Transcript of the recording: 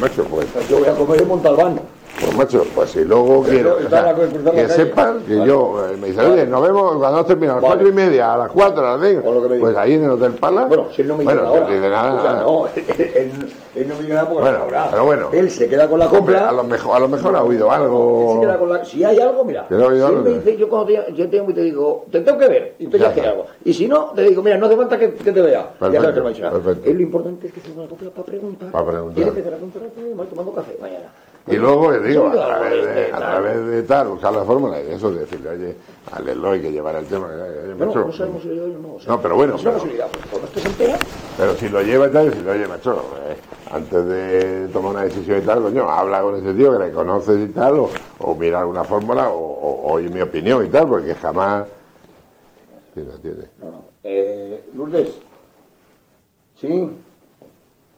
Macho, pues, Yo voy a comer en Montalbán. pues, macho, pues si luego Pero quiero. está o sea, la cosa, cruzar la que calle. sepan que yo. eh, me dicen, oye, nos vemos cuando termina, a las Vale. cuatro y media, a las cuatro, a las O lo que me cinco. diga. Pues ahí en el Hotel Pala. Bueno, si él no me bueno, dice si nada. te dice nada, O sea, nada. no, él, él no me dice nada porque Bueno, no sabrá. pero bueno. Él se queda con la Hombre, compra. a lo mejor, a lo mejor ha oído Él se algo. queda con la- Si hay algo, mira. Yo no he oído si él algo, ¿no? me dice, yo cuando te, yo tengo y te digo, te tengo que ver, y tú Ya ya que está. algo. Y si no, te digo, mira, no hace falta que, que te vea. Ya Perfecto, sabes que no me ha dicho nada. perfecto. Él lo importante es que se una copia para preguntar. Para preguntar. Tiene que cerrar un trato y vamos tomando café mañana. Y luego le digo, a Yo través digo, de, eh, a tal. través de tal, buscar la fórmula y de eso, decirle, oye, al Eloy que llevará el tema. oye, oye, Bueno, macho, no sabemos si yo o no. o sea, No, pero bueno, Es una pero- posibilidad. Pues, cuando esto se entera, Pero si lo lleva y tal, si lo oye, macho, eh, antes de tomar una decisión y tal, coño, habla con ese tío que le conoces y tal, o, o mira alguna fórmula, o, o oye mi opinión y tal, porque jamás. Sí, la tiene. No, no. Eh, Lourdes. Sí.